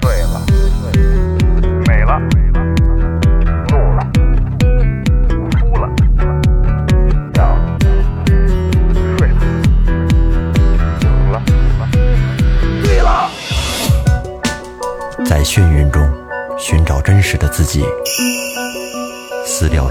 醉了，美了，怒了，哭了，笑了，睡了，醒了，醉了。在眩晕中寻找真实的自己，撕掉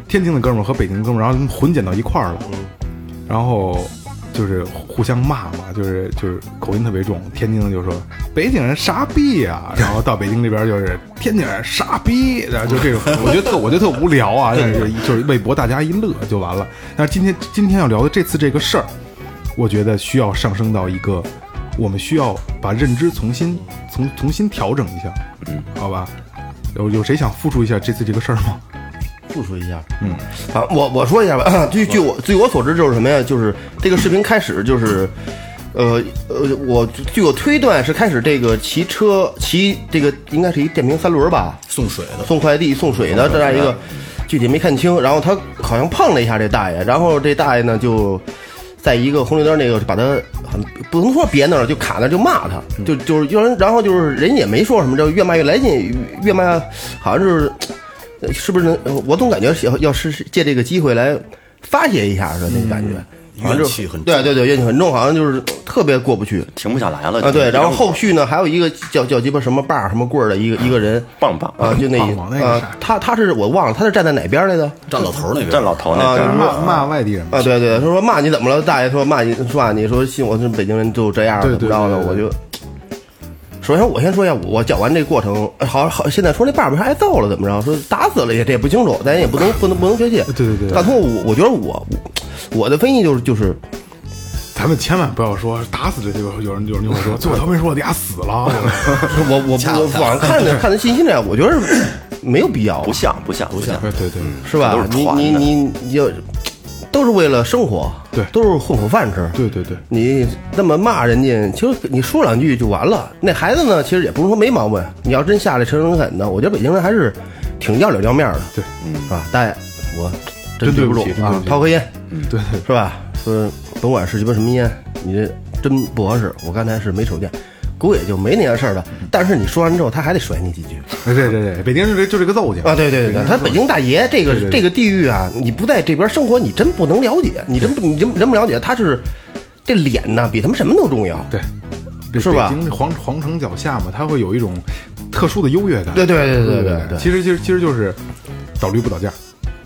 天津的哥们儿和北京的哥们儿，然后他们混剪到一块儿了，然后就是互相骂嘛，就是就是口音特别重，天津的就说北京人傻逼啊，然后到北京这边就是天津人傻逼，然后就这种，我觉得特我觉得特无聊啊，但是就就是为博大家一乐就完了。但是今天今天要聊的这次这个事儿，我啊觉得需要上升到一个，我们需要把认知重新重重新调整一下，嗯，好吧？有有谁想复述一下这次这个事儿吗？复述一下。嗯，好，我我说一下 吧。据据我据我所知就是什么呀？就是这个视频开始就是，呃呃，我据我推断是开始这个骑车骑这个应该是一电瓶三轮吧，送水的，送快递、送水的这样一个，具体没看清。然后他好像碰了一下这大爷，然后这大爷呢就在一个红绿灯那个把他好像不能说别那儿，就卡那儿就骂他，嗯就就是有人，然后就是人也没说什么，这越骂越来劲，越越骂好像是。呃是不是能？呃我总感觉是要要是是借这个机会来发泄一下的那个感觉，好像就嗯怨气很重对对对，怨气很重，好像就是特别过不去 停不下来了啊。对，呃就然后后续呢，还有一个叫叫鸡巴什么把儿什么棍儿的一个一个人棒棒啊，就那一棒棒那个啥啊，他他是我忘了，他是站在哪边来的？站老头儿那边，站老头那边儿，啊呃骂骂外地人嘛啊，，对对，他说骂你怎么了，大爷说骂你说骂你说信我是北京人就这样对对怎么着的，我对就。首先，我先说一下，我我讲完这过程，哎好好，现在说那爸爸为啥挨揍了，怎么着？说打死了也这也不清楚，咱也不能不能不能确切。对对对但从我我觉得我我的分析就是就是咱们千万不要说打死这就有人有人就会说，最后他没说我俩死了，我我恰我恰网上 看的看的信息量，我觉得没有必要，不像不像不像，对对对，是吧都是？你传你的你你要都是为了生活，对都是混口饭吃，对对对你那么骂人家，其实你说两句就完了。那孩子呢，其实也不是说没毛病。你要真下来诚诚恳恳的，我觉得北京人还是挺要脸要面的，对，嗯是吧？大爷，我真对对不住起真对啊不，起嗯掏颗烟对对是吧？说甭管是鸡巴什么烟，你这真不合适。我刚才是没手电，估计也就没那样事儿了。嗯但是你说完之后，他还得甩你几句。对对对对，北京人这就这个揍去啊，对对对对，他北京大爷这个对对对这个地域啊，你不在这边生活，你真不能了解，你真不你真真不了解，他是这脸呢，比他们什么都重要。对，这是吧北京这皇皇城脚下嘛，它会有一种特殊的优越感。对对对对对对对，其实其实其实就是倒驴不倒架，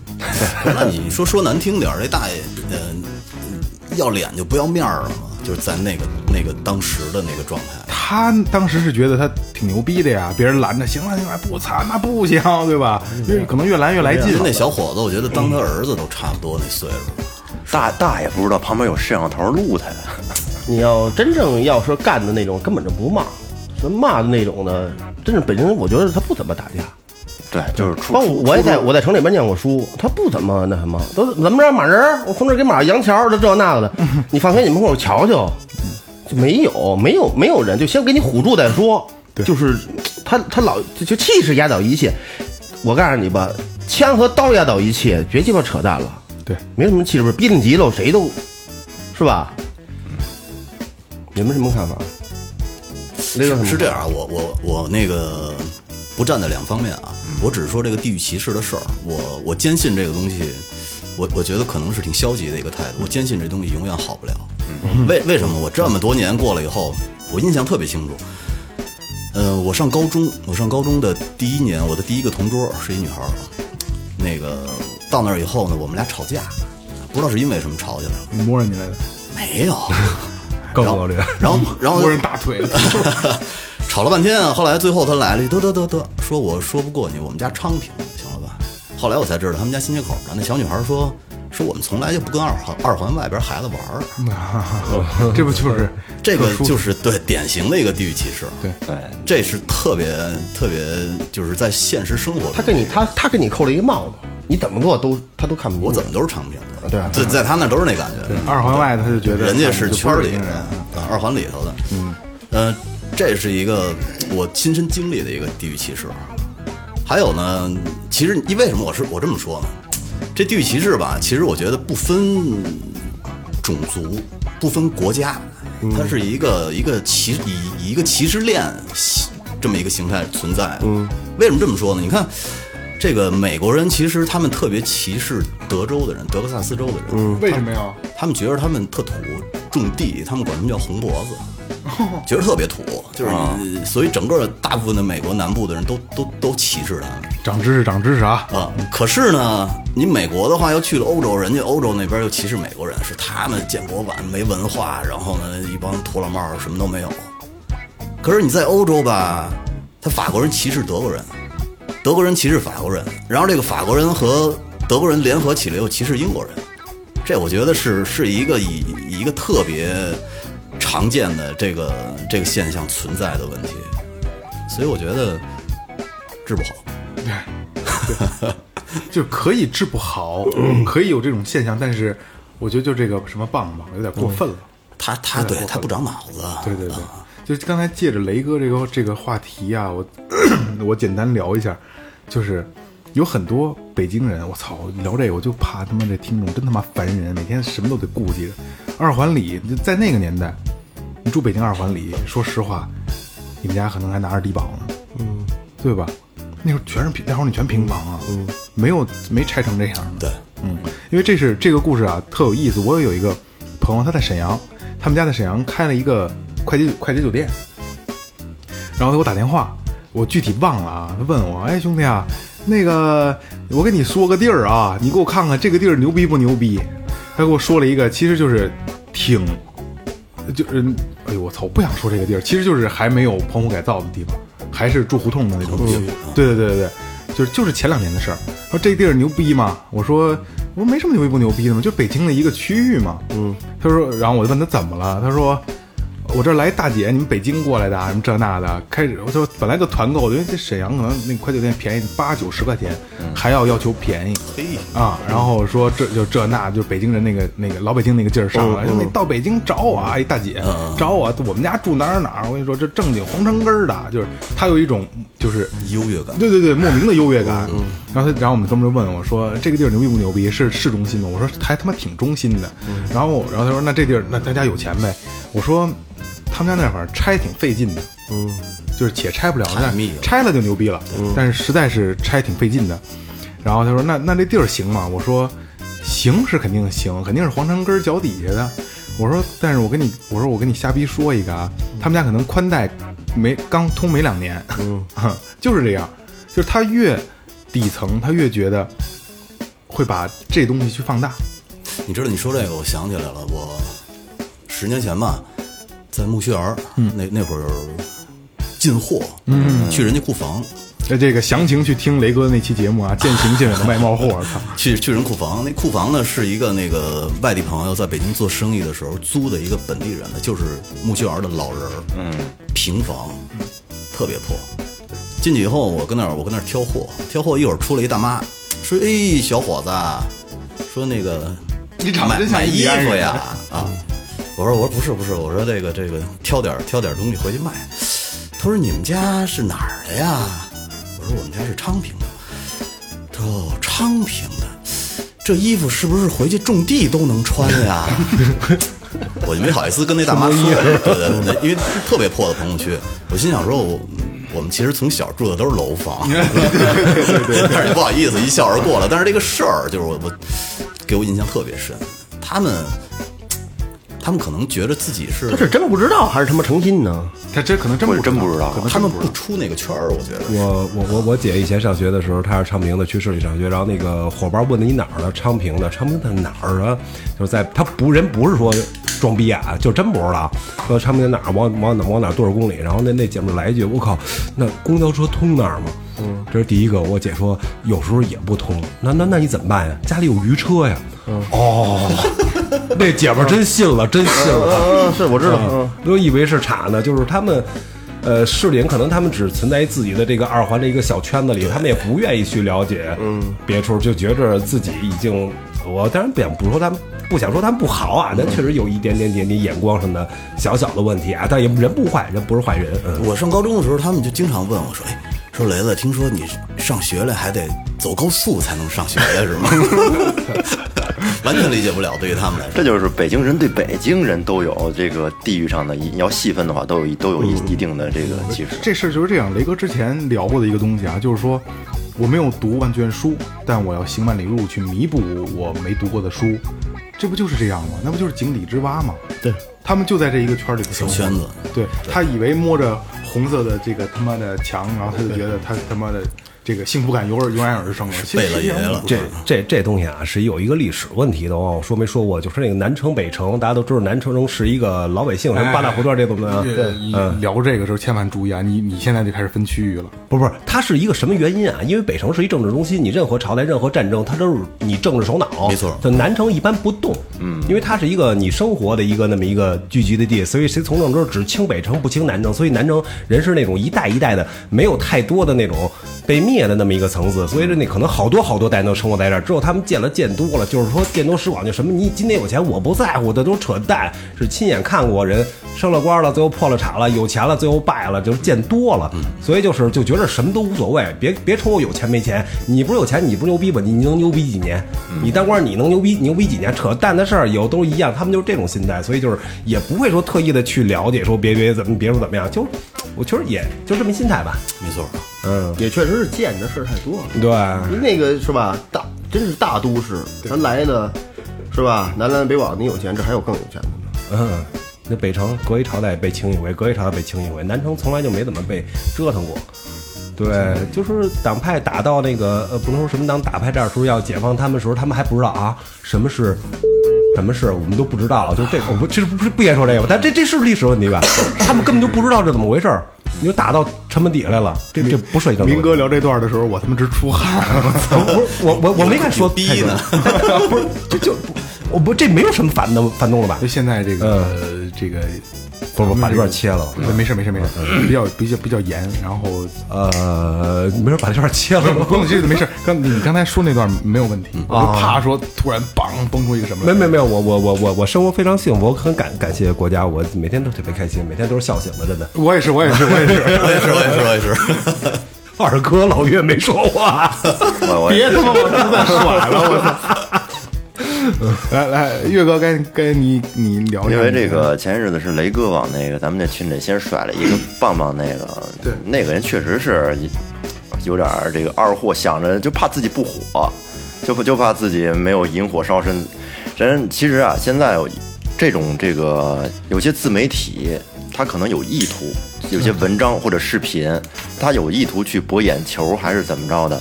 那你说说难听点儿，这大爷，呃，要脸就不要面儿了嘛，就是咱那个那个当时的那个状态。他当时是觉得他挺牛逼的呀，别人拦着，行了行了，不惨那不行，对吧？因为可能越拦越来其劲实。那小伙子，我觉得当他儿子都差不多那岁数，大大爷不知道旁边有摄像头录他呀，你要真正要是干的那种，根本就不骂，说骂的那种呢，真是本身我觉得他不怎么打架。对，就是出包括出我也在出我在城里边念过书，他不怎么那什么，都怎么着马人儿，我从这儿给马上杨桥这这 那个的，你放学你门口瞧瞧，就没有没有没有人，就先给你唬住再说，就是他他老就就气势压倒一切，我告诉你吧，枪和刀压倒一切，别鸡巴扯淡了，对，没什么气势，不是逼挺急了，谁都是吧？你们什么看法？那个什么是这样啊，我我我那个不站在两方面啊，我只是说这个地域歧视的事儿，我我坚信这个东西，我我觉得可能是挺消极的一个态度，我坚信这东西永远好不了。为为什么我这么多年过了以后，我印象特别清楚。呃，我上高中，我上高中的第一年，我的第一个同桌是一女孩儿，那个到那儿以后呢，我们俩吵架，不知道是因为什么吵起来了，你摸着你来的，没有，高不高这个？然后然 后摸人大腿了， 吵了半天啊，后来最后他来了一句，得得得得，说我说不过你，我们家昌平，行了吧？后来我才知道他们家新街口的那小女孩说，说我们从来就不跟二环二环外边孩子玩儿，嗯这不就是这个就是对典型的一个地域歧视，对对，这是特别特别就是在现实生活中，他给你他他给你扣了一个帽子，你怎么做都他都看不明白。我怎么都是昌平的，对啊在在他那都是那感觉，二环外他就觉得人家是就不圈儿里北京人人，啊，啊二环里头的。嗯，呃，这是一个我亲身经历的一个地域歧视。啊还有呢，其实你为什么我是我这么说呢？这地域歧视吧，其实我觉得不分种族，不分国家，它是一个一个歧以以一个歧视链形这么一个形态存在。嗯，为什么这么说呢？你看。这个美国人其实他们特别歧视德州的人，德克萨斯州的人。嗯，为什么呀？他们觉得他们特土，种地，他们管他们叫红脖子，觉得特别土，就是、所以整个大部分的美国南部的人都都都歧视他们长知识长知识啊！啊、可是呢，你美国的话要去了欧洲，人家欧洲那边又歧视美国人，是他们建国晚没文化，然后呢一帮土老帽儿什么都没有。可是你在欧洲吧，他法国人歧视德国人，德国人歧视法国人，然后这个法国人和德国人联合起来又歧视英国人，这我觉得是是一个以以一个特别常见的这个这个现象存在的问题，所以我觉得治不好。就可以治不好，可以有这种现象，但是我觉得就这个什么棒棒有点过分了。他他对他不长脑子，啊对对对，就是刚才借着雷哥这个这个话题啊，我我简单聊一下，就是有很多北京人，我操，聊这个我就怕他妈这听众真他妈烦人，每天什么都得顾忌着。二环里就在那个年代，你住北京二环里，说实话，你们家可能还拿着低保呢，嗯，对吧？那时候全是平，那会儿你全平房啊，嗯，没有没拆成这样的，对，嗯，因为这是这个故事啊特有意思。我有一个朋友，他在沈阳，他们家在沈阳开了一个快捷快捷酒店，然后他给我打电话，我具体忘了啊，他问我，哎兄弟啊，那个我跟你说个地儿啊，你给我看看这个地儿牛逼不牛逼？他给我说了一个，其实就是挺，就是哎呦我操，我不想说这个地儿，其实就是还没有棚户改造的地方，还是住胡同的那种地方。对对对对对，就是就是前两年的事儿。他说这地儿牛逼吗？我说我说没什么牛逼不牛逼的嘛，就北京的一个区域嘛。嗯，他说，然后我就问他怎么了，他说。我这儿来大姐，你们北京过来的啊，什么这那的，开始我就本来就团购，因为这沈阳可能那快酒店便宜八九十块钱，还要要求便宜，啊，然后说这就这那，就北京人那个那个老北京那个劲儿上来，说你到北京找我啊，一大姐找我，我们家住哪儿哪儿，我跟你说这正经皇城根儿的，就是他有一种就是优越感。对对对，莫名的优越感。然后他，然后我们哥们儿就问我说：“这个地儿牛逼不牛逼？是市中心吗？”我说：“还他妈挺中心的。”然后，然后他说：“那这地儿，那他家有钱呗？”我说：“他们家那会儿拆挺费劲的，嗯，就是且拆不了，太但密是了拆了就牛逼了，但是实在是拆挺费劲的。”然后他说：“那那这地儿行吗？”我说：“行是肯定行，肯定是皇城根儿脚底下的。”我说：“但是我跟你我说我跟你瞎逼说一个啊，他们家可能宽带没刚通没两年，嗯， 就是这样，就是他越底层，他越觉得会把这东西去放大。你知道你说这个，我想起来了，我十年前吧，在木樨园儿，嗯那那会儿进货，嗯，去人家库房，那这个详情去听雷哥的那期节目啊，渐行渐远的外贸货，操，去去人库房，那库房呢是一个那个外地朋友在北京做生意的时候租的一个本地人的，就是木樨园的老人儿，嗯，平房，特别破。进去以后，我跟那儿我跟那儿挑货，挑货一会儿出来一大妈，说：“哎，小伙子，说那个你长得买真像买印衣第安人服呀 啊！”我说：“我说不是不是，我说这个这个挑点儿挑点儿东西回去卖。”他说：“你们家是哪儿的呀？”我说：“我们家是昌平的。”他说：“哦，昌平的，这衣服是不是回去种地都能穿呀？”我就没好意思跟那大妈说，对对对，因为特别破的棚户区，我心想说我，我们其实从小住的都是楼房，但是也不好意思一笑而过了。但是这个事儿，就是我我给我印象特别深，他们他们可能觉得自己是他是真不知道还是他妈诚心呢？他这可能真我真不知道可能他们不出那个圈儿，我觉得我我我我姐以前上学的时候，她是昌平的，去市里上学，然后那个伙伴问你哪儿的，昌平的，昌平在哪儿啊？就是在她不人不是说装逼啊，就真不知道，说昌平在哪儿，往往哪往哪儿多少公里，然后那那姐们儿来一句，我靠，那公交车通那儿吗？嗯，这是第一个。我姐说有时候也不通，那那那你怎么办呀？家里有驴车呀。哦， 那姐们儿真信了，真信了。嗯，是我知道，嗯嗯，都以为是岔呢，就是他们。呃，市里人可能他们只存在于自己的这个二环的一个小圈子里，他们也不愿意去了解，嗯，别处就觉着自己已经，我当然不想不说他们，不想说他们不好啊，但确实有一点点点点眼光上的小小的问题啊，但也人不坏，人不是坏人，嗯，我上高中的时候，他们就经常问我说：“哎，说雷子，听说你上学了还得走高速才能上学呀，是吗？” 完全理解不了，对于他们来说，这就是北京人对北京人都有这个地域上的一，你要细分的话，都有一都有一嗯一定的这个技 术。这事儿就是这样。雷哥之前聊过的一个东西啊，就是说我没有读万卷书，但我要行万里路去弥补我没读过的书，这不就是这样吗？那不就是井底之蛙吗？对，他们就在这一个圈儿里小圈子。对他以为摸着红色的这个他妈的墙，然后他就觉得他他妈的这个幸福感油然油然而生了，其实贝勒爷了这这这东西啊是有一个历史问题的，我忘了说没说过，就是那个南城北城，大家都知道南城是一个老百姓什么八大胡同这种的，啊对，你呃聊这个时候千万注意啊！你你现在就开始分区域了，不是不是，它是一个什么原因啊？因为北城是一政治中心，你任何朝代、任何战争，它都是你政治首脑。没错就南城一般不动，嗯，因为它是一个你生活的一个那么一个聚集的地，所以谁从政之后只清北城不清南城，所以南城人是那种一代一代的，没有太多的那种被灭的那么一个层次，所以那可能好多好多代都生活在这儿。之后他们建了建都了，就是说建都使馆就什么你今天有钱我不在乎，这都是扯淡，是亲眼看过人升了官了，最后破了产了，有钱了最后败了，就是见多嗯了，所以就是就觉得什么都无所谓，别别瞅我有钱没钱，你不是有钱你不是牛逼吧？你能牛逼几年？嗯你当官你能牛逼你牛逼几年？扯淡的事儿有都一样，他们就是这种心态，所以就是也不会说特意的去了解说别别怎么别说怎么样，就我确实也就这么一心态吧，没错，嗯，也确实是见的事儿太多了。对，那个是吧？大这真是大都市，咱来的，是吧？南来北往，你有钱，这还有更有钱的呢。嗯，那北城隔一朝代被清一回，隔一朝代被清一回，南城从来就没怎么被折腾过。对，就是党派打到那个呃，不能说什么党打派这儿时候要解放他们的时候，他们还不知道啊什么是什么是，我们都不知道了。就这，我们这是不是不先说这个吧？但这这是历史问题吧？他们根本就不知道这怎么回事儿，你就打到城门底下来了，这这不涉及到明哥聊这段的时候，我他妈直出汗。嗯不是我我我没敢说 逼呢太多 了，不是这就我不这没有什么反动反动了吧就？现在这个、嗯这个，不是，我把这段切了。没事没事没事，比较比较比较严，然后呃，没事，把这段切了吧。不用这个没事。刚你刚才说那段没有问题，我就怕说突然梆崩出一个什么 没来。没没有，我我我我我生活非常幸福，我很感感谢国家，我每天都特别开心，每天都是笑醒的，真的。我也是，我也是，我也是。我也是，我也是，我也是。 二哥老岳没说话，我我别他妈往出再甩了，我操！ 来来，岳哥，该该你你聊一因下为这个前日子是雷哥往那个咱们那群里先甩了一个棒棒那个，对那个人确实是有点儿这个二货，想着就怕自己不火，就不就怕自己没有引火烧身。人其实啊，现在有这种这个有些自媒体，他可能有意图，有嗯些文章或者视频，他有意图去博眼球还是怎么着的。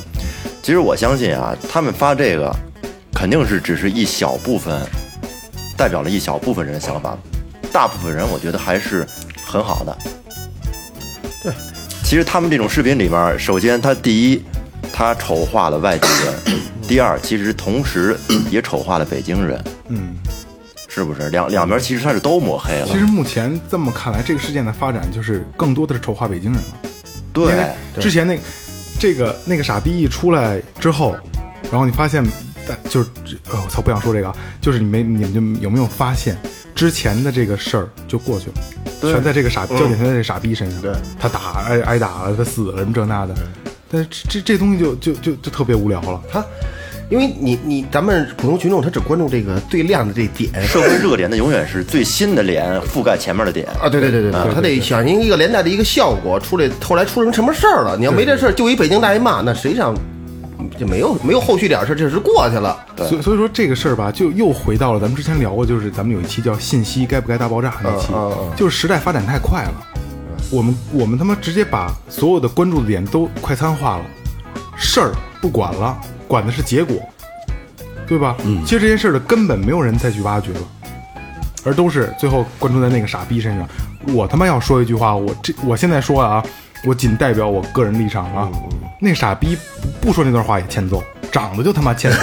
其实我相信啊，他们发这个肯定是只是一小部分代表了一小部分人的想法，大部分人我觉得还是很好的。其实他们这种视频里面，首先他第一，他丑化了外地人；第二，其实同时也丑化了北京人。嗯，是不是两两边其实他是都抹黑了其？实目前这么看来，这个事件的发展就是更多的是丑化北京人了。对因为之前那这个那个傻逼一出来之后，然后你发现，但就是呃，我操，不想说这个啊，就是你没你们就有没有发现之前的这个事儿就过去了，全在这个傻嗯焦点全在这傻逼身上，对他打挨挨打了，他死了什么这那的，但是这这这东西就就就就特别无聊了。他，因为你你咱们普通群众，他只关注这个最亮的这点社会热点的永远是最新的脸覆盖前面的点。啊，对对对对对，他得响应一个连带的一个效果出来，后来出了什么事儿了？你要没这事儿，就一北京大爷骂，那实际上就没有没有后续点儿事儿，这是过去了。所以所以说这个事儿吧，就又回到了咱们之前聊过，就是咱们有一期叫“信息该不该大爆炸”那期，就是时代发展太快了，我们我们他妈直接把所有的关注的点都快餐化了，事儿不管了，管的是结果，对吧？嗯，其实这件事儿的根本没有人再去挖掘了。而都是最后关注在那个傻逼身上。我他妈要说一句话，我这我现在说啊，我仅代表我个人立场啊。那傻逼不不说那段话也欠揍，长得就他妈欠揍。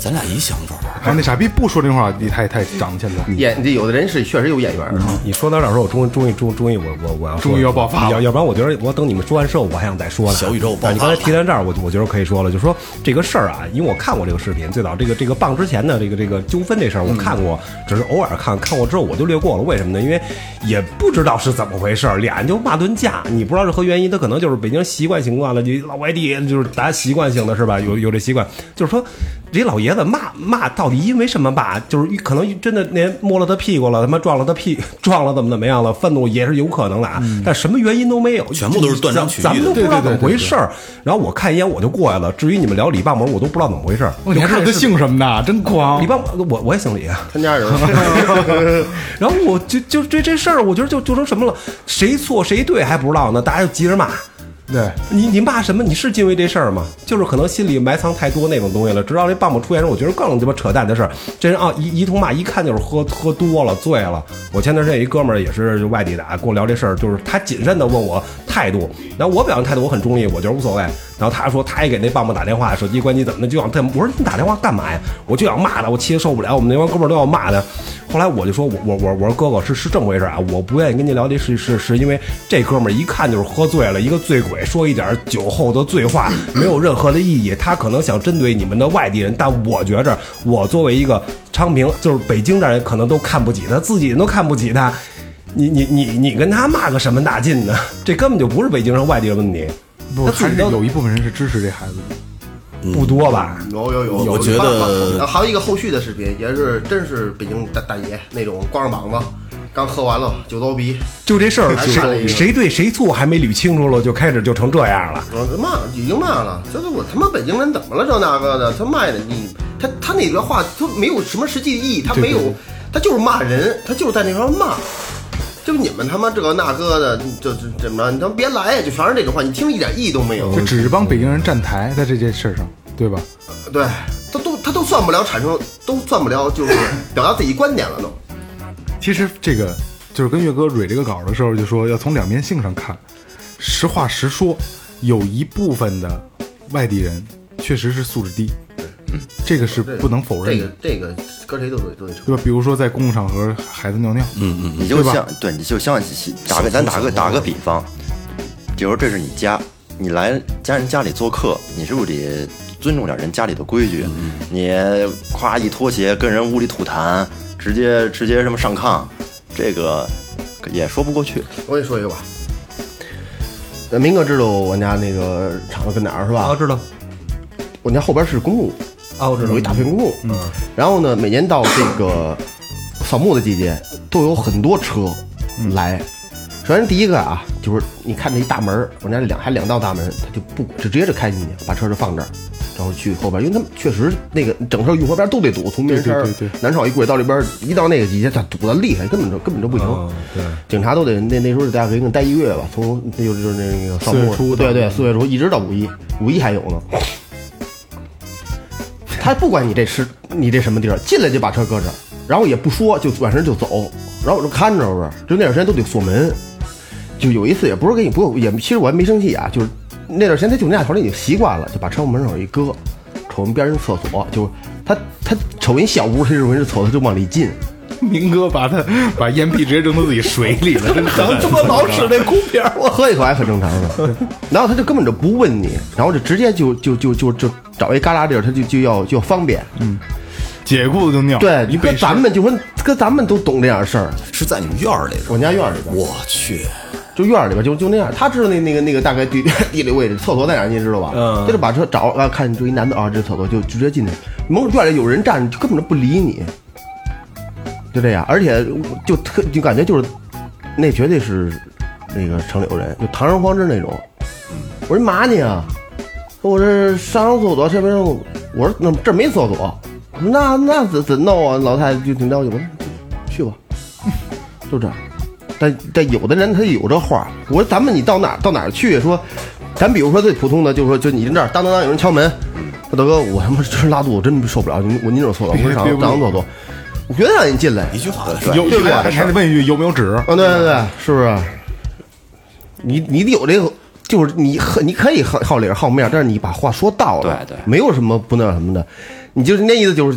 咱俩一想法儿， 啊，那傻逼不说这话，你太太长得欠揍。演这有的人是确实有眼缘儿， 你说到这儿的时候，我终于终于终终于我我我要说终于要爆发了要要不然我觉得我等你们说完事后，我还想再说呢。小宇宙爆发但你刚才提到这儿，我就我觉得可以说了，就说这个事儿啊，因为我看过这个视频，最早这个这个棒之前的这个这个纠纷这事儿我看过，只是偶尔看看过之后我就略过了。为什么呢？因为也不知道是怎么回事儿，俩人就骂顿架，你不知道是何原因，他可能就是北京习惯性惯了，你老外地就是大家习惯性的是吧？有有这习惯，就是说这老爷子骂骂到底因为什么骂？就是可能真的那人摸了他屁股了，他妈撞了他屁，撞了怎么怎么样了，愤怒也是有可能的啊，但什么原因都没有，全部都是断章取义的咱们都不知道怎么回事儿。然后我看一眼我就过来了，至于你们聊李棒模，我都不知道怎么回事儿。哦你还知道他姓什么呢？真狂李！棒，我我也姓李啊。他家人儿然后我就就这这事儿，我觉得就就成什么了，谁错谁对还不知道呢，大家就急着骂。对，你你骂什么？你是因为这事儿吗？就是可能心里埋藏太多那种东西了。直到这棒棒出现时，我觉得更鸡巴扯淡的事儿。这人啊，一一通骂，一看就是喝喝多了，醉了。我前段时间有一哥们儿也是外地的，啊，跟我聊这事儿，就是他谨慎的问我态度，然后我表现态度我很中意，我觉得无所谓。然后他说他也给那棒棒打电话，手机关机怎么的，就想他，我说你打电话干嘛呀？我就想骂他，我气得受不了，我们那帮哥们儿都要骂他。后来我就说，我我我我说哥哥是是这么回事啊，我不愿意跟您聊这事是是因为这哥们儿一看就是喝醉了，一个醉鬼，说一点儿酒后的醉话，没有任何的意义。他可能想针对你们的外地人，但我觉着我作为一个昌平，就是北京这儿人，可能都看不起他，自己人都看不起他。你你你你跟他骂个什么大劲呢？这根本就不是北京人外地人问题，不，他还自己是都有一部分人是支持这孩子的。不多吧？有有有，我觉得还有一个后续的视频，也是真是北京大大爷那种光着膀子，刚喝完了酒糟鼻，就这事 儿，还差了一谁个谁对谁错还没捋清楚了，就开始就成这样了。我骂已经骂了，这个我他妈北京人怎么了这那个的，他骂的你，他他那边话他没有什么实际意义，他没有，他就是骂人，他就是在那边骂，就你们他妈这个那个的，你这这怎么着，你他妈别来呀，就全是这种话，你听着一点意义都没有，就只是帮北京人站台，在这件事上，对吧？ 对，他都他都算不了产生，都算不了就是表达自己观点了都。其实这个就是跟岳哥蕊这个稿的时候，就说要从两面性上看，实话实说，有一部分的外地人确实是素质低，这个是不能否认这的个，这个搁谁都得都得承认。对吧？比如说在公共场合孩子尿尿，嗯嗯，你就对吧像对，你就像打个咱打个啊打个比方，比如这是你家，你来家人家里做客，你是不是得尊重点人家里的规矩？嗯你夸一脱鞋跟人屋里吐痰，直接直接什么上炕，这个也说不过 去。我跟你说一个吧，呃，明哥知道我家那个厂子跟哪儿是吧？啊，知道我家后边是公墓，啊，我知道有一大片公墓。嗯，然后呢，每年到这个扫墓的季节，都有很多车嗯来。首先第一个啊，就是你看这一大门儿，我家两还两道大门，他就不就直接就开进去，把车就放这儿，然后去后边，因为他们确实那个整条御花边都得堵，从明山儿对对对南少一过道这边儿，一到那个季节，他堵的厉害，根本就根本就不行。嗯对，警察都得那那时候大概给你待一个月吧，从那就就是那个扫四墓月初嗯对对，四月初一直到五一，五一还有呢。他不管你这是你这什么地儿，进来就把车搁这儿，然后也不说，就转身就走，然后我就看着呗，就那段时间都得锁门。就有一次也不是给你不也，其实我还没生气啊，就是那段时间在酒店大堂里已经习惯了，就把车往门上一搁，瞅人边上厕所，就他他瞅人小屋，他就闻着厕所就往里进。 明哥把他把烟屁直接扔到自己水里了，真狠！这么老使那空瓶，我喝一口还很正常的。然后他就根本就不问你，然后就直接就就就就就找一旮旯地儿，他就就要就要方便。解裤子就尿，对，你搁北咱们就说跟咱们都懂这样的事儿。是在你们院儿里是我吧？家院儿里边，我去，就院儿里边就就那样。他知道那那个那个大概地 地理位置，厕所在哪儿你也知道吧？嗯他就把车找啊，看就一男的啊，这厕所就直接进去。门口院里有人站，就根本就不理你，就这样。而且就特就感觉就是那绝对是那个城里有人，就堂而皇之那种。我说你嘛你啊？说我这上上厕所，这边我说那这儿没厕所，那那怎怎弄啊？老太太就挺着急，我说去吧，就这样。但但有的人他有这话，我说咱们你到哪儿到哪儿去说，咱比如说最普通的就是说，就你这儿当当当有人敲门，说大哥我他妈真拉肚子，我真受不了，您我您这厕所，我说上上厕所，我绝对让你进来。一句话对有对不对还还得问一句有没有纸？啊，对对对，是不是？你你得有这个，就是你很你可以好好理儿好面儿，但是你把话说到了，对对没有什么不那什么的，你就是那意思就是，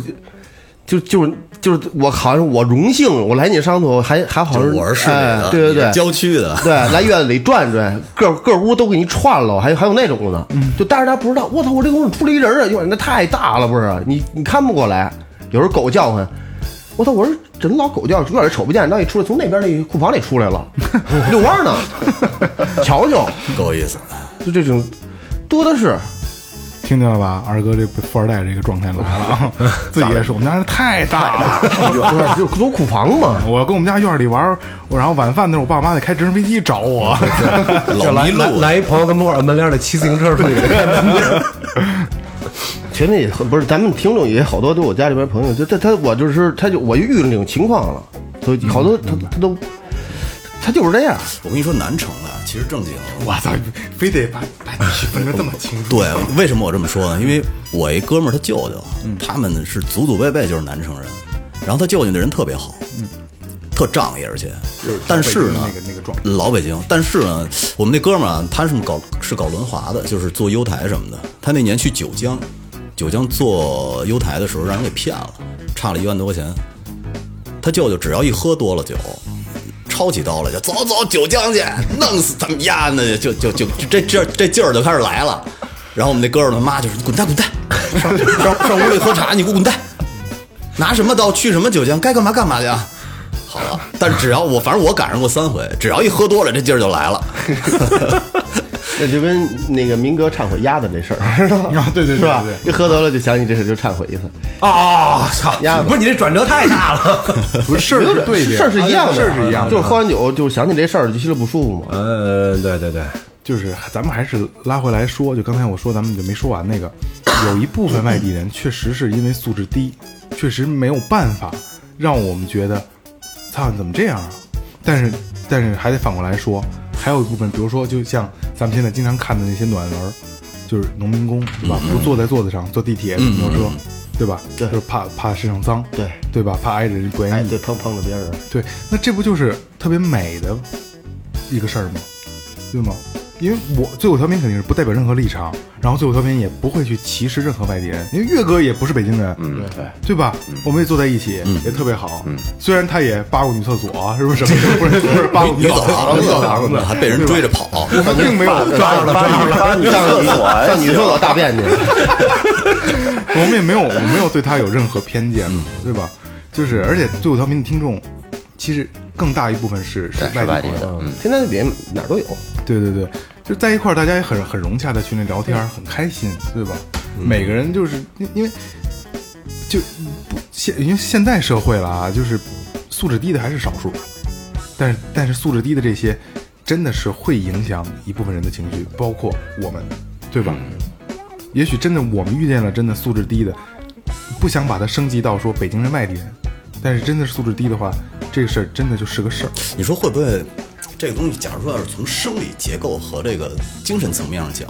就就是就是我好像我荣幸我来你上头还还好就像我是市里哎的，，对对你对，是郊区的， 对，来院子里转转，各各屋都给你串了，还有还有那种呢，就但是他不知道，我操，我这屋里出了一人啊，院那太大了，不是？啊你你看不过来，有时候狗叫唤，我操，我说怎么老狗叫，院里瞅不见，那一出来从那边那库房里出来了，遛弯呢，瞧瞧，够意思。就这种多的是，听见了吧，二哥这富二代这个状态来了 啊！自己也是，我们家人太大了。不是就是都库房嘛，我要跟我们家院里玩儿，我然后晚饭的时候，我爸妈得开直升飞机找我。老来迷路了，来一朋友跟门口门帘里骑自行车出去，群里不是咱们听众也好多都有家里边朋友，就他他我就是他就我就遇到这种情况了，所以好多他他都他就是这样。我跟你说，南城的其实正经。我操， 非得把把你区分的这么清楚。对，为什么我这么说呢？因为我一哥们儿他舅舅，他们是祖祖辈辈就是南城人，然后他舅舅那人特别好，特仗义，而且，但是呢，那个那个状态，老北京，但是呢，我们那哥们儿啊，他是搞是搞轮滑的，就是做优台什么的。他那年去九江，九江做优台的时候让人给骗了，差了一万多块钱。他舅舅只要一喝多了酒，抄起刀来就走走九江去，弄死他们丫的，就就就就这这这劲儿就开始来了。然后我们那哥们儿他妈就是滚蛋滚蛋，上上上屋里喝茶，你给我滚蛋。拿什么刀去什么九江，该干嘛干嘛去啊。好了，但只要我反正我赶上过三回，只要一喝多了，这劲儿就来了。那就跟那个民哥忏悔鸭子这事儿，啊，对对 是对吧对对？一喝多了就想起这事就忏悔一次， 啊！操鸭子不是你这转折太大了。 不是 事儿是对的，事儿是一样的，事儿是一样的，就是喝完酒就想起这事儿就心里不舒服嘛。呃，对对对，就是咱们还是拉回来说，就刚才我说咱们就没说完那个，有一部分外地人确实是因为素质低，确实没有办法让我们觉得，操，你怎么这样啊？但是但是还得反过来说，还有一部分，比如说就像咱们现在经常看的那些暖文儿，就是农民工对嗯吧？不坐在座子上，坐地铁、公交车，对吧？对就是怕怕身上脏，对对吧？怕挨着人管哎，你，对，碰碰着别人，对，那这不就是特别美的一个事儿吗？对吗？因为我最后调频肯定是不代表任何立场，然后最后调频也不会去歧视任何外地人，因为岳哥也不是北京人，嗯，对，对吧？我们也坐在一起，也特别好。虽然他也扒过女厕所，啊是不是什么的？不是不是扒过女女澡 堂女澡堂子子，还被人追着跑，我们并没有抓着了，抓着了，上女上厕女所还上女厕所大便去，我们也没有，我没有对他有任何偏见，嗯 对吧？就是，而且最后调频的听众，其实更大一部分是是是外外地地朋的，友。嗯，现在别哪儿都有，对对对，就在一块儿，大家也很很融洽的去那聊天儿，很开心，对吧？每个人就是因因为就不现因为现在社会了啊，就是素质低的还是少数，但是但是素质低的这些真的是会影响一部分人的情绪，包括我们，对吧？嗯也许真的我们遇见了真的素质低的，不想把它升级到说北京人外地人，但是真的是素质低的话，这个事儿真的就是个事儿。你说会不会这个东西？假如说要是从生理结构和这个精神层面上讲，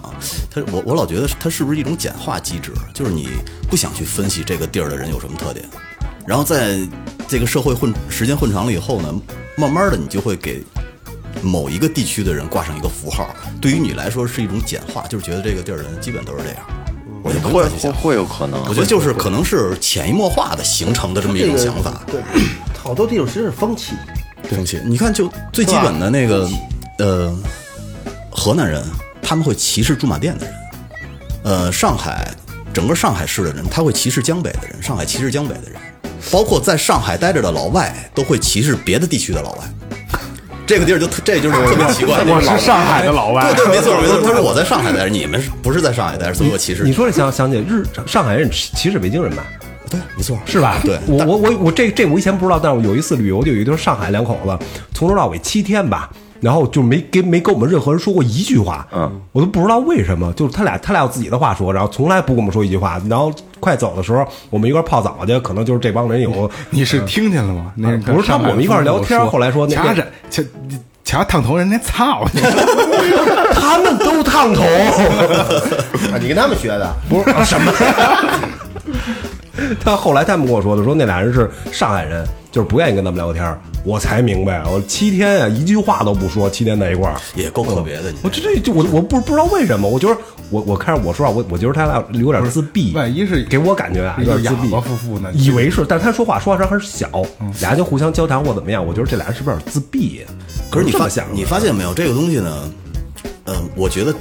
它我我老觉得它是不是一种简化机制？就是你不想去分析这个地儿的人有什么特点，然后在这个社会混时间混长了以后呢，慢慢的你就会给。某一个地区的人挂上一个符号，对于你来说是一种简化，就是觉得这个地儿人基本都是这样，我就不会会去会想。会有可能，我觉得就是可能是潜移默化的形成的这么一种想法。对，好多地方其实是风气，风气。你看，就最基本的那个，呃，河南人他们会歧视驻马店的人，呃，上海整个上海市的人他会歧视江北的人，上海歧视江北的人，包括在上海待着的老外都会歧视别的地区的老外。这个地儿就特这就是特别奇怪。我是上海的老外， 啊对对，没错没错。他说我在上海待着，你们是不是在上海待着，所以我歧视你说这想想起日上海人歧视北京人吧？对，没错，是吧？对，我我我我这这我以前不知道，但是我有一次旅游，就有一对上海两口子，从头到尾七天吧，然后就没跟没跟我们任何人说过一句话，嗯，我都不知道为什么，就是他俩他俩有自己的话说，然后从来不跟我们说一句话，然后快走的时候，我们一块儿泡澡去，可能就是这帮人有你是听见了吗？那个不是啊他们我们一块儿聊天上海后来说那掐着掐掐烫头人家 操你，他们都烫头， 啊，你跟他们学的，不是、什么。他后来他们跟我说的，说那俩人是上海人，就是不愿意跟他们聊天儿，我才明白，我七天啊一句话都不说，七天在一块儿，也够特别的。你我这这就我我不不知道为什么，我觉得我我看着我说话，我我觉得他俩有点自闭，万一是给我感觉啊一有个点自闭，哑巴夫妇呢以为是，但是他说话说话声很小，嗯俩人就互相交谈或怎么样，我觉得这俩人是不是有点自闭呀？可是你这发么想的，你发现没有，这个东西呢，嗯、我觉得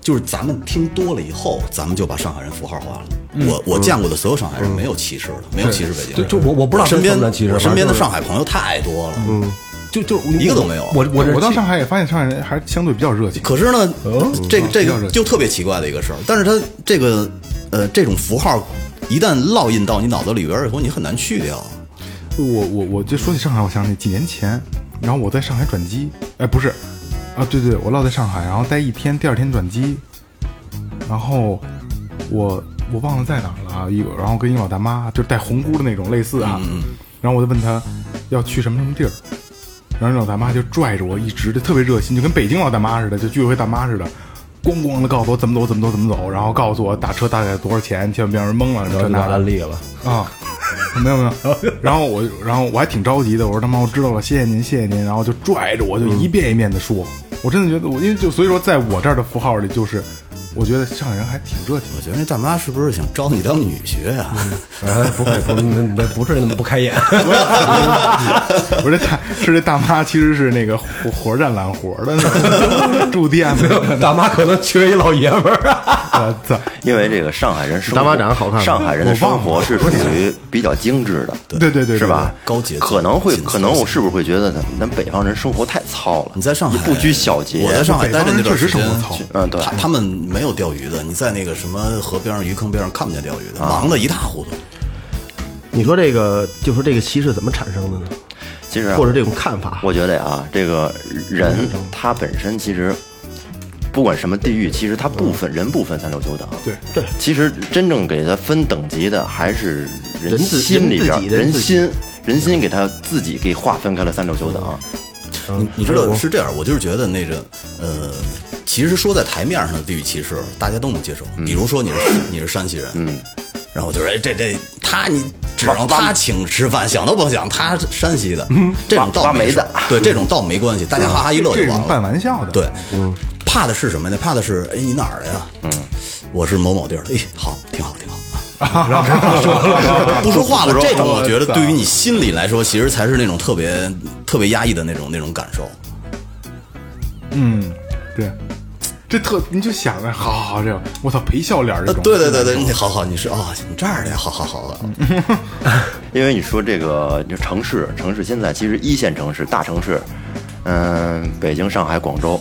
就是咱们听多了以后，咱们就把上海人符号化了。嗯我我见过的所有上海人没有歧视的，没有歧视北京就人。就我我不知道身边他们算不算歧视我身边反正就的是上海朋友太多了。嗯，就就一个都没有我我这我到上海也发现上海人还是相对比较热情。可是呢，哦这个嗯这比较热情个就特别奇怪的一个事儿，但是它这个呃这种符号一旦烙印到你脑子里边儿以后，你很难去掉。我我我就说起上海，我想起几年前，然后我在上海转机，哎不是，啊对对，我落在上海，然后待一天，第二天转机，然后我我忘了在哪儿了啊，一个然后跟一老大妈就是带红箍的那种类似啊，然后我就问她要去什么什么地儿，然后老大妈就拽着我，一直就特别热心，就跟北京老大妈似的，就居委会大妈似的，咣咣的告诉我怎么走怎么走怎么走，然后告诉我打车大概多少钱，千万别让人蒙了，这就拿那的安利了，啊，没有没有。然后我，然后我还挺着急的，我说他妈我知道了，谢谢您，谢谢您。然后就拽着我就一遍一遍的说，我真的觉得我因为就所以说，在我这儿的符号里，就是我觉得上海人还挺热情。我觉得那大妈是不是想招你当女婿啊？哎不会不不不是那么不开眼，我 这大是这大妈其实是那个活活站揽活的那种住店的，大妈可能缺一老爷们儿啊，我操！因为这个上海人生活，大巴掌好看吗上海人的生活是属于比较精致的，对对对对是吧？高节奏可能会紧，凑可能我是不是会觉得咱咱北方人生活太糙了？你在上海不拘小节，我在上海待着那段时间北方人确实生活糙，嗯对他他们没有钓鱼的，你在那个什么河边上、鱼坑边上看不见钓鱼的，啊忙得一塌糊涂。嗯你说这个，就说这个歧视怎么产生的呢？其实啊或者这种看法，我觉得啊，这个人他本身其实不管什么地域，其实他不分人不分三六九等。对对，其实真正给他分等级的还是人人自心里边儿，人自己人人心自己人心给他自己给划分开了三六九等。嗯你你知道是这样，我就是觉得那个呃，其实说在台面上的地域歧视，大家都能接受。嗯比如说你是你是山西人，嗯，然后就说哎这这他你只让他请吃饭，想都不想，他是山西的，嗯这种挖倒煤没事的对这种倒没关系，大家哈哈一乐嗯这就完种了。半玩笑的，对，嗯，怕的是什么呢？怕的是，哎，你哪儿的呀？嗯，我是某某地儿的。哎，好，挺好，挺好。不说话了，这种我觉得对于你心里来说，其实才是那种特别特别压抑的那种那种感受。嗯， 对，这特你就想着，好好好，这种我操陪笑脸这呃种，对对对对，你好好，你是哦，你这儿的呀，好好好好。因为你说这个就城市，城市现在其实一线城市、大城市，嗯、北京、上海、广州，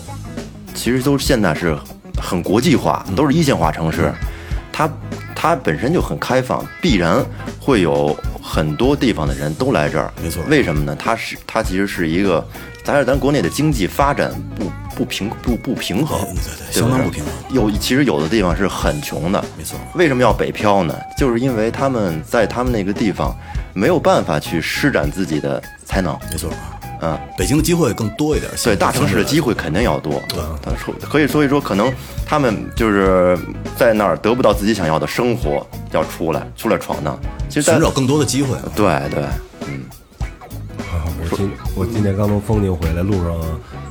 其实都现在是很国际化，都是一线化城市，它它本身就很开放，必然会有很多地方的人都来这儿。没错为什么呢？它是它其实是一个，咱是咱国内的经济发展不不平不不平衡，对对对不相当不平衡有其实有的地方是很穷的，没错为什么要北漂呢？就是因为他们在他们那个地方没有办法去施展自己的才能，没错，嗯，北京的机会更多一点，对大城市的机会。会肯定要多。啊他说，可以所以说，可能他们就是在那儿得不到自己想要的生活，要出来出来闯荡。其实在寻找更多的机会，对对，我今我今天刚从丰宁回来，路上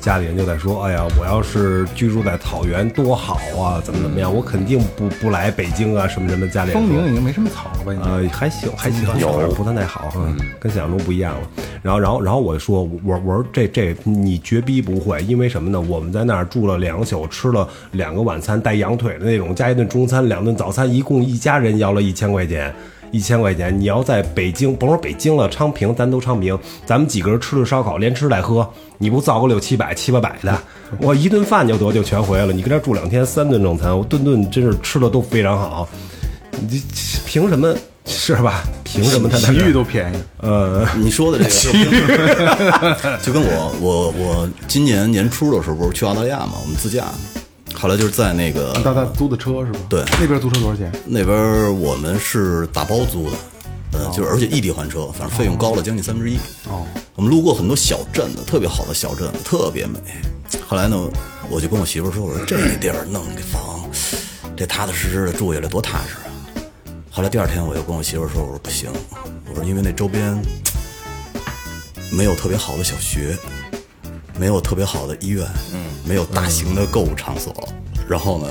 家里人就在说：“哎呀，我要是居住在草原多好啊，怎么怎么样，我肯定不不来北京啊，什么什么。”家里人风说铃已经没什么草了吧？已经呃，还行，还行，有不算太好，嗯，跟想象中不一样了。然后，然后，然后我就说，我我说这这你绝逼不会，因为什么呢？我们在那儿住了两宿，吃了两个晚餐，带羊腿的那种，加一顿中餐，两顿早餐，一共一家人要了一千块钱。一千块钱，你要在北京，甭说北京了，昌平，咱都昌平，咱们几个人吃顿烧烤，连吃带喝，你不造个六七百、七八百的，我一顿饭就得就全回来了。你跟这儿住两天，三顿正餐，我顿顿真是吃的都非常好。你这凭什么是吧？凭什么他洗在这儿浴都便宜，呃你说的这个 就跟我我我今年年初的时候不是去澳大利亚嘛，我们自驾，后来就是在那个大大租的车是吧？对那边租车多少钱？那边儿我们是打包租的，呃，就是而且异地还车，反正费用高了将近三分之一。哦，我们路过很多小镇子，特别好的小镇，特别美。后来呢，我就跟我媳妇儿说，我说这地儿弄这房，这踏踏实实的住下来多踏实啊。后来第二天我又跟我媳妇儿说，我说不行，我说因为那周边没有特别好的小学，没有特别好的医院，嗯，没有大型的购物场所。然后呢，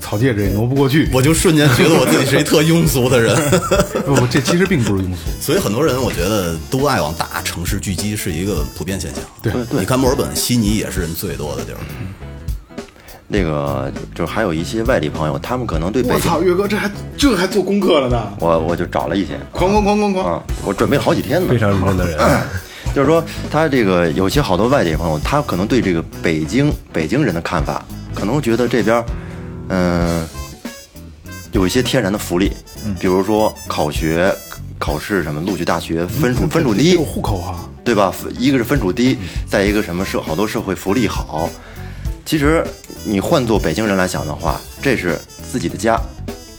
草戒指也挪不过去。我就瞬间觉得我自己是一特庸俗的人。 不不，这其实并不是庸 俗，所以很多人我觉得都爱往大城市聚集是一个普遍现象。对对你看墨尔本、悉尼也是人最多的地儿。那个就是还有一些外地朋友，他们可能对北我京，操，岳哥这还这还做功课了呢，我我就找了一些狂狂狂狂狂！啊，我准备了好几天呢非。常认真的人，就是说，他这个有些好多外地朋友，他可能对这个北京北京人的看法，可能觉得这边儿，嗯、有一些天然的福利，比如说考学、考试什么，录取大学分数嗯分数低有，户口啊，对吧？一个是分数低，再一个什么社好多社会福利好。其实你换做北京人来想的话，这是自己的家，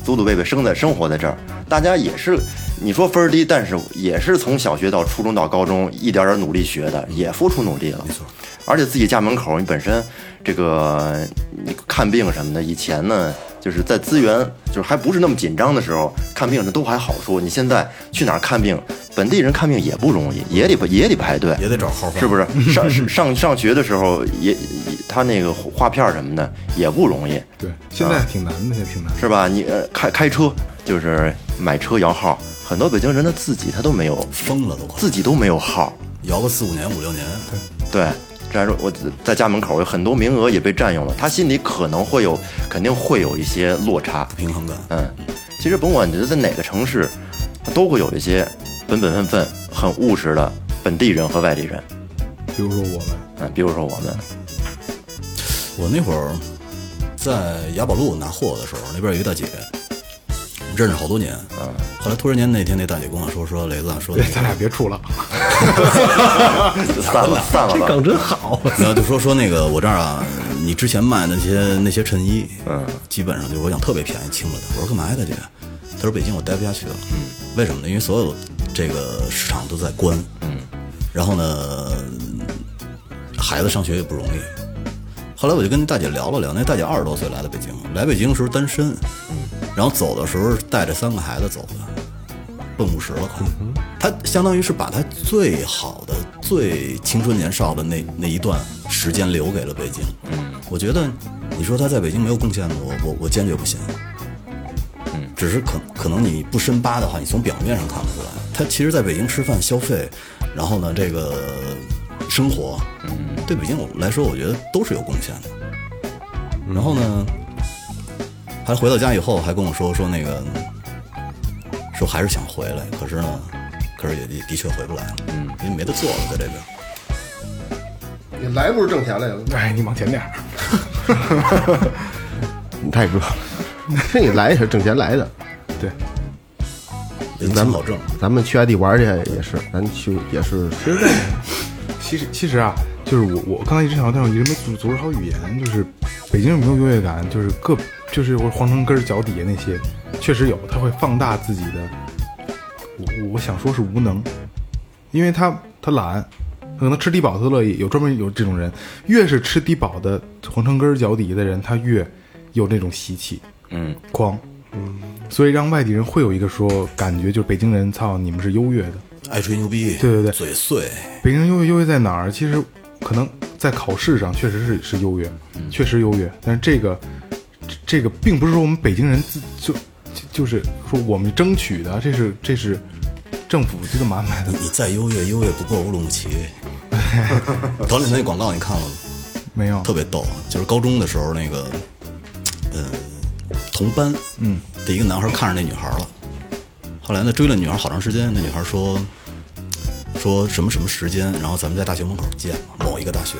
祖祖辈辈生在生活在这儿，大家也是，你说分儿低，但是也是从小学到初中到高中一点点努力学的，也付出努力了。没错，而且自己家门口你本身这个你看病什么的，以前呢。就是在资源就是还不是那么紧张的时候，看病呢都还好说。你现在去哪儿看病，本地人看病也不容易，也得也得排队，也得找号房是不是？ 上是上上学的时候也也他那个画片儿什么的也不容易，对，现在挺难的，也挺难的。是吧？你呃开开车就是买车摇号，很多北京人他自己他都没有，疯了都快，自己都没有号，摇个四五年、五六年，对。这还是我在家门口有很多名额也被占用了，他心里可能会有，肯定会有一些落差。平衡感。嗯，其实甭管你是在哪个城市，都会有一些本本分分、很务实的本地人和外地人。比如说我们，嗯，比如说我们，我那会儿在雅宝路拿货的时候，那边有一大姐，认识好多年。后来突然间那天，那大姐跟我说：“说雷子，啊说那咱俩别处了， 散了，散了这吧。梗真 好，然后就说说那个我这儿啊，你之前卖那些那些衬衣，嗯，基本上就是我想特别便宜清了的。我说干嘛呀，大姐？她说北京我待不下去了，嗯，为什么呢？因为所有这个市场都在关，嗯，然后呢，孩子上学也不容易。后来我就跟那大姐聊了聊，那大姐二十多岁来的北京，来北京的时候单身，嗯，然后走的时候带着三个孩子走的，奔五十了快，他相当于是把他最好的、最青春年少的那那一段时间留给了北京。我觉得你说他在北京没有贡献吗？我我我坚决不信。只是可可能你不深扒的话，你从表面上看不出来。他其实在北京吃饭、消费，然后呢，这个生活，对北京我来说，我觉得都是有贡献的。然后呢，还回到家以后还跟我说说那个，说还是想回来，可是呢，可是也的的确回不来了，因为没得做了，在这边。你来不是挣钱来了，哎，你往前点儿，太哥， 是你来也是挣钱来的。对，人情好挣，咱们去外地玩去也是，咱去也是，其实其实啊，就是我我刚才一直想到，但是我一直没组组织好语言。就是北京有没有优越感？就是各就是我皇城根儿脚底下那些，确实有，他会放大自己的。我我想说是无能，因为他他懒，他可能吃低保他都乐意。有专门有这种人，越是吃低保的皇城根儿脚底下的人，他越有那种习气，嗯，狂，嗯，所以让外地人会有一个说感觉，就是北京人操你们是优越的。爱吹牛逼，对对对嘴碎，北京优越优越在哪儿？其实可能在考试上确实是是优越，确实优越。但是这个这这个并不是说我们北京人自就就就是说我们争取的，这是这是政府这么安排的你。你再优越，优越不过乌鲁木齐。 头两天那广告你看了吗？没有特别逗，啊就是高中的时候那个，呃，同班，嗯，的一个男孩看上那女孩了，后来呢追了女孩好长时间，那女孩说，说什么什么时间，然后咱们在大学门口见，某一个大学。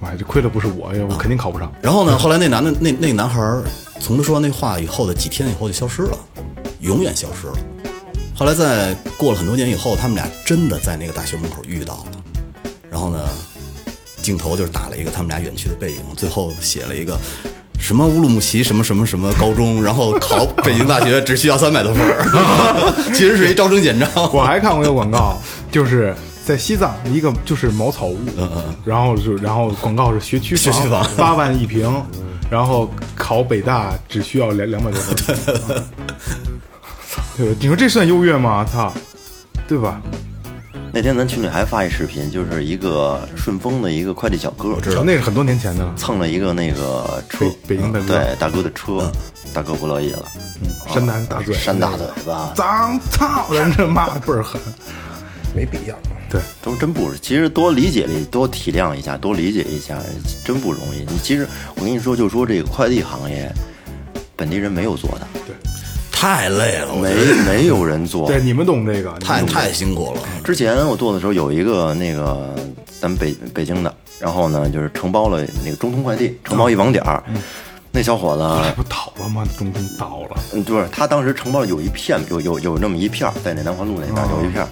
妈呀，这亏了不是我呀，我肯定考不上。然后呢，后来那男的那那个男孩儿从他说完那话以后的几天以后就消失了，永远消失了。后来在过了很多年以后，他们俩真的在那个大学门口遇到了，然后呢，镜头就是打了一个他们俩远去的背影，最后写了一个什么乌鲁木齐什么什么什么高中，然后考北京大学只需要三百多分儿， 其实是一招生简章。我还看过一个广告，就是在西藏一个就是茅草屋，然后就然后广告是学区学区房八万一平，然后考北大只需要两两百多分，对吧？你说这算优越吗？操，对吧？那天咱群里还发一视频，就是一个顺丰的一个快递小哥，那是很多年前的了，蹭了一个那个车，北北京大哥对大哥的车，大哥不乐意了，山南大嘴，扇大嘴巴， 脏操，人这骂的倍儿狠。没必要。都真不是。其实多理解理，多体谅一下，多理解一下，真不容易。你其实我跟你说，就说这个快递行业，本地人没有做的，太累了，我觉没得没有人做。哦对，你们懂这个，太太辛苦了。之前我做的时候有一个那个咱们北北京的，然后呢就是承包了那个中通快递，承包一网点嗯儿。那小伙这子，不倒了吗？中通倒了，嗯，就是他当时承包有一片，有有有那么一片儿，在那南环路那边哦儿有一片儿。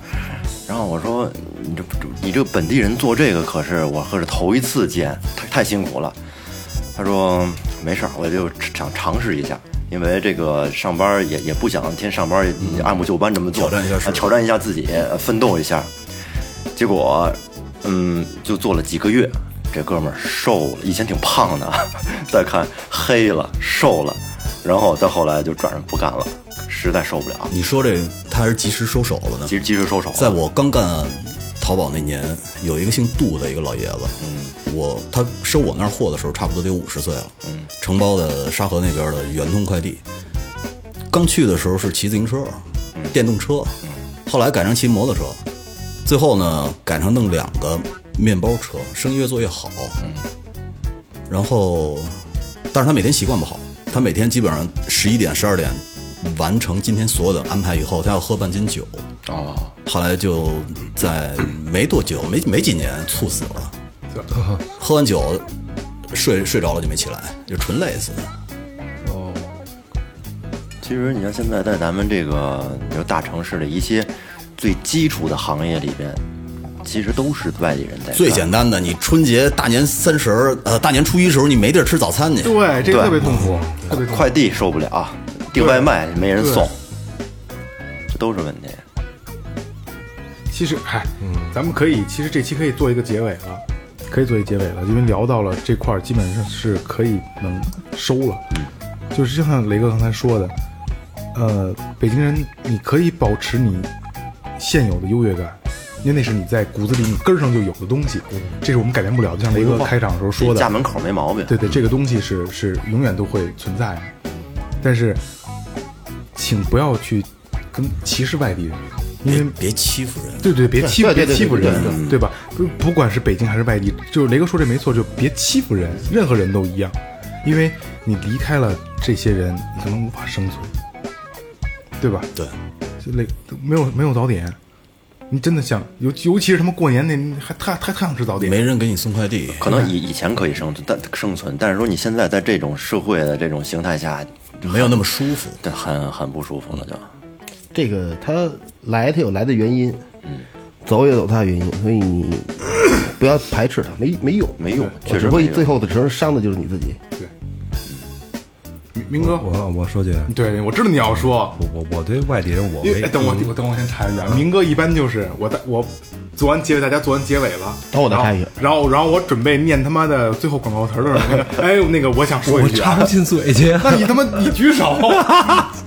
然后我说你这你这本地人做这个可是我可是头一次见，太太辛苦了。他说没事儿，我就想尝试一下，因为这个上班儿也也不想天天上班儿按部就班这么做，嗯挑战一下是啊吧挑战一下自己，呃奋斗一下。结果，嗯，就做了几个月，这哥们儿瘦了，以前挺胖的， 再看黑了，瘦了，然后再后来就转而不干了，实在受不了， 你说这他是及时收手了呢？及及时收手了。在我刚干淘宝那年，有一个姓杜的一个老爷子，嗯，我他收我那儿货的时候，差不多得五十岁了，嗯，承包的沙河那边的圆通快递，刚去的时候是骑自行车，电动车，后来改成骑摩托车，最后呢改成弄两个面包车，生意越做越好。然后，但是他每天习惯不好，他每天基本上十一点、十二点完成今天所有的安排以后，他要喝半斤酒。哦，后来就在没多久，没没几年，猝死了。喝完酒，睡睡着了就没起来，就纯累死的。其实你像现在在咱们这个比如大城市的一些最基础的行业里边，其实都是外地人在干最简单的，你春节大年三十儿，呃，大年初一时候你没地儿吃早餐去，对，这个对嗯特别痛苦，特别痛苦。快递受不了，啊订外卖没人送，这都是问题。其实，嗨，嗯咱们可以，其实这期可以做一个结尾了，可以做一结尾了，因为聊到了这块儿，基本上是可以能收了。嗯就是就像雷哥刚才说的，呃，北京人，你可以保持你现有的优越感。因为那是你在骨子里、你根儿上就有的东西，嗯这是我们改变不了的。就像雷哥开场的时候说的，家门口没毛病。对对，这个东西是是永远都会存在的。但是，请不要去跟歧视外地人，因为别欺负人。对对，别欺负别对对对欺负对对人，对吧？不不管是北京还是外地，就是雷哥说这没错，就别欺负人，任何人都一样，因为你离开了这些人，你可能无法生存，对吧？对，就雷没有没有早点，你真的想尤尤其是他们过年那还太太太想吃早点，没人给你送快递，可能以以前可以生存，但生存，但是说你现在在这种社会的这种形态下，没有那么舒服。这很很不舒服了就。这个他来，他有来的原因，走也有他的原因，所以你不要排斥他，没没用，没用我确实只会没用最后的时候伤的就是你自己。明明哥，我我说句，对我知道你要说，我我我对外地人我因没为哎等我我等我先插一句啊，明哥一般就是我在我做完结尾，大家做完结尾了，等我再插一句然后然后然后我准备念他妈的最后广告词儿的时候，那个哎那个我想说我一句插啊，不进嘴去。那你他妈你举手，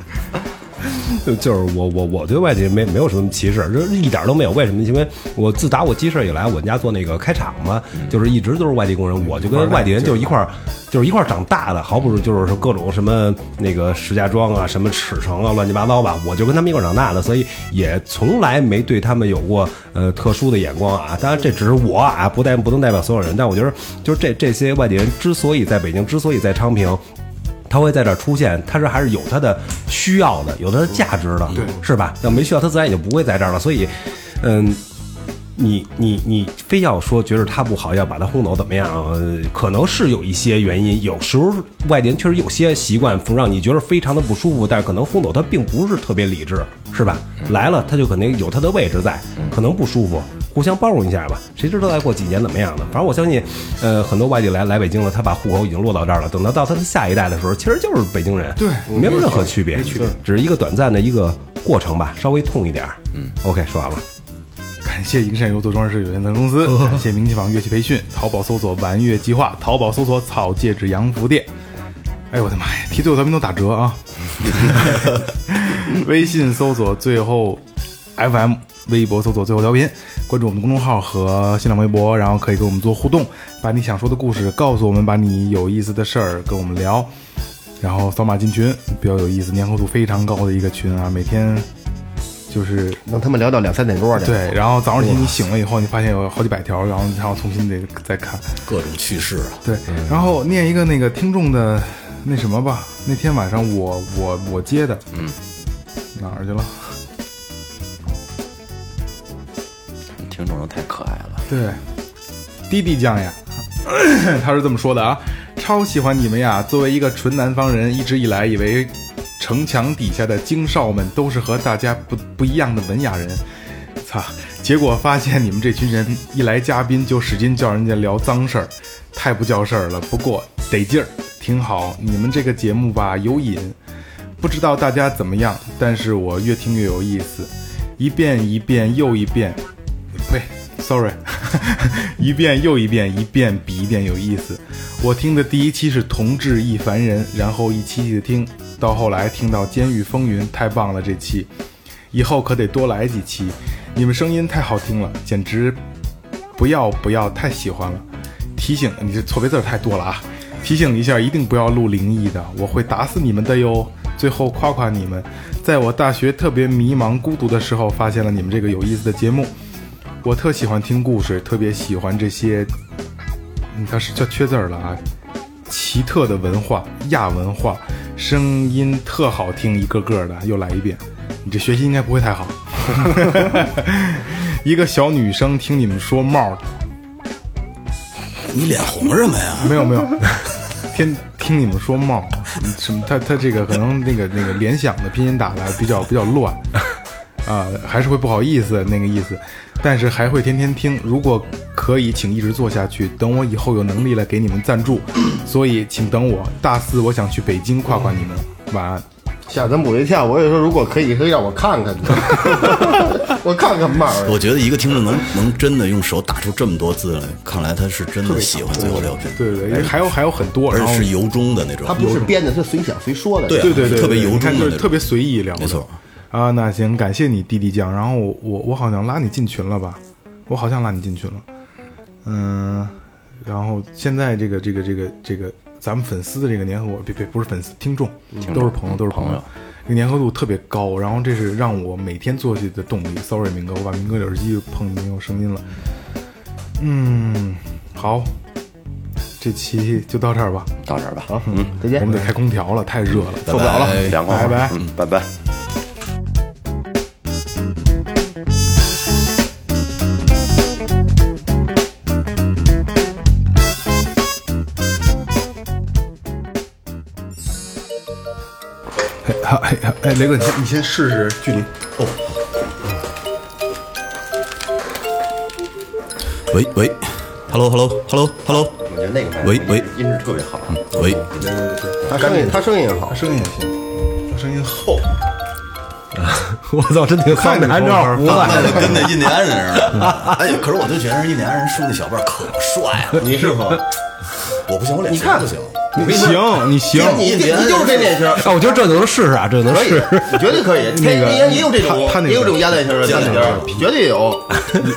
就就是我我我对外地没没有什么歧视，就是一点都没有。为什么？因为我自打我记事以来，我们家做那个开厂嘛，就是一直都是外地工人，我就跟外地人嗯就是一块儿就是一块儿长大的，好不就是说各种什么那个石家庄啊、什么赤城啊、乱七八糟吧，我就跟他们一块儿长大的，所以也从来没对他们有过呃特殊的眼光啊。当然这只是我啊，不代不能代表所有人，但我觉得就是这这些外地人之所以在北京，之所以在昌平。他会在这儿出现，他是还是有他的需要的，有他的价值的，对，是吧？要没需要，他自然也就不会在这儿了。所以，嗯，你你你非要说觉得他不好，要把他轰走，怎么样？呃可能是有一些原因，有时候外地人确实有些习惯让你觉得非常的不舒服，但是可能轰走他并不是特别理智，是吧？来了他就肯定有他的位置在，可能不舒服，互相包容一下吧。谁知道再过几年怎么样呢？反正我相信，呃，很多外地来来北京了，他把户口已经落到这儿了，等到到他的下一代的时候，其实就是北京人，对，没有任何区别，只是一个短暂的一个过程吧，稍微痛一点儿。嗯，OK，说完了。感谢银山游做装饰有限责任公司，感谢明琴坊乐器培训，淘宝搜索“玩乐计划”，淘宝搜索“草戒指洋服店”。哎呦我的妈呀，提最后咱们都打折啊！ 微信搜索最后 FM，微博搜索最后调频，关注我们的公众号和新浪微博，然后可以跟我们做互动，把你想说的故事告诉我们，把你有意思的事儿跟我们聊，然后扫码进群，比较有意思，粘合度非常高的一个群啊，每天就是让他们聊到两三点钟去。，对，然后早上起你醒了以后，你发现有好几百条，然后你还要重新得再看。各种趣事啊。对，然后念一个那个听众的那什么吧，那天晚上我我我接的，嗯，哪儿去了？听众都太可爱了，对，滴滴酱呀， 他是这么说的啊，超喜欢你们呀！作为一个纯南方人，一直以来以为城墙底下的京少们都是和大家不不一样的文雅人，操！结果发现你们这群人一来嘉宾就使劲叫人家聊脏事儿，太不叫事儿了。不过得劲儿，挺好。你们这个节目吧有瘾，不知道大家怎么样，但是我越听越有意思，一遍一遍又一遍，呸，sorry，一遍又一遍，一遍比一遍有意思。我听的第一期是《同志亦凡人》，然后一期一的听，到后来听到《监狱风云》，太棒了这期，以后可得多来几期。你们声音太好听了，简直不要不要，太喜欢了。提醒你这错别字儿太多了啊！提醒你一下，一定不要录灵异的，我会打死你们的哟。最后夸夸你们，在我大学特别迷茫孤独的时候，发现了你们这个有意思的节目。我特喜欢听故事，特别喜欢这些，嗯，它是叫缺字儿了啊。奇特的文化，亚文化，声音特好听，一个个的。又来一遍，你这学习应该不会太好。 一个小女生听你们说帽，你脸红什么呀？没有没 有，听听你们说帽，什么？他他这个可能那个那个联想的拼音打的比较比较乱，啊、还是会不好意思那个意思，但是还会天天听。如果可以，请一直做下去。等我以后有能力了，给你们赞 助。所以请等我大四，我想去北京夸夸你们。晚安。吓咱补一跳。我也说，如果可以，可以让我看 看，我看看嘛。我觉得一个听众能能真的用手打出这么多字来，看来他是真的喜欢最后调频，对对对，因为哎还有还有很多，而然后且是由衷的那种他。不是编的，他随想随说的。对啊对对对，特别对由你看衷就的是特那种。别随意聊的，没错啊。那行，感谢你弟弟酱，然后我我我好像拉你进群了吧？我好像拉你进群了，嗯，然后现在这个这个这个这个咱们粉丝的这个粘合，别别不是粉丝，听众嗯都是朋友，都是朋友。这个粘合度特别高，然后这是让我每天做下去的动力。Sorry，明哥，我把明哥的耳机碰没有声音了。嗯，好，这期就到这儿吧。到这儿啊吧，再我见们。得开空调了，太热了，受不了了。凉快会儿，哎拜拜嗯，拜拜。好， 哎呀哎，雷哥，你先你先试试距离。喂喂，Hello Hello Hello Hello，我觉得那个麦喂喂音质特别好。嗯喂，他声音，他声音也好他。声音也行，他声音厚， 我操，真挺看看着的，按照胡那子。得跟那印第安人 似的。哎，可是我就觉得印第安人梳那小辫儿可帅啊了。你是吗？我不行，我脸型 不行。你行，你行。你你就是这脸型，哎，我觉得这能试试啊，这能可以试。，绝对可以。那个天津也有这种他他那，个也有这种鸭蛋型的鸭蛋蛋型型儿，绝对有。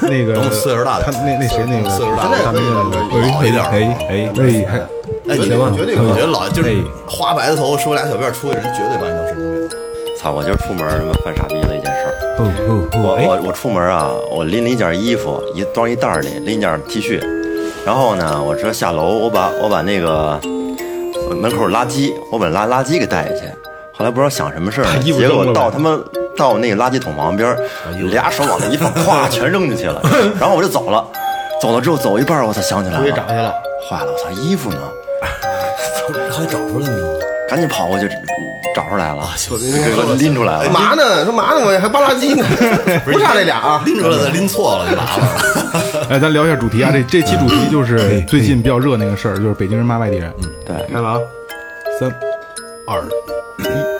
那个等我四十大他点那那谁那个四十大真的点可以，老一点儿。哎哎哎，还哎，绝你对这有我绝对觉有。得老就是哎花白的头发梳俩小辫儿出去，人绝对把你当神经病。操！我今儿出门他妈犯傻逼了一件事儿。不不不，我哎，我我出门啊，我拎了一件衣服，一装一袋儿里，拎一件 T 恤。然后呢，我说下楼，我把我把那个呃门口垃圾，我把垃垃圾给带下去。后来不知道想什么事儿，衣服结扔果了呗哎到他妈到那个垃圾桶旁边儿，俩手往那 一放，咵全扔进去了。然后我就走了，走了之后走一半儿，我才想起来出去找去了，了，坏了，我操，衣服呢？后来找出来了吗？ 赶紧跑过去找出来啊了，就这个拎出 来了。嘛呢？说嘛呢？我还扒垃圾呢，不差这俩啊。拎出来的拎错了就麻烦了。哎，咱聊一下主题啊，这这期主题就是最近比较嗯啊热那个事儿，就是北京人骂外地人。对，开了啊，三二一。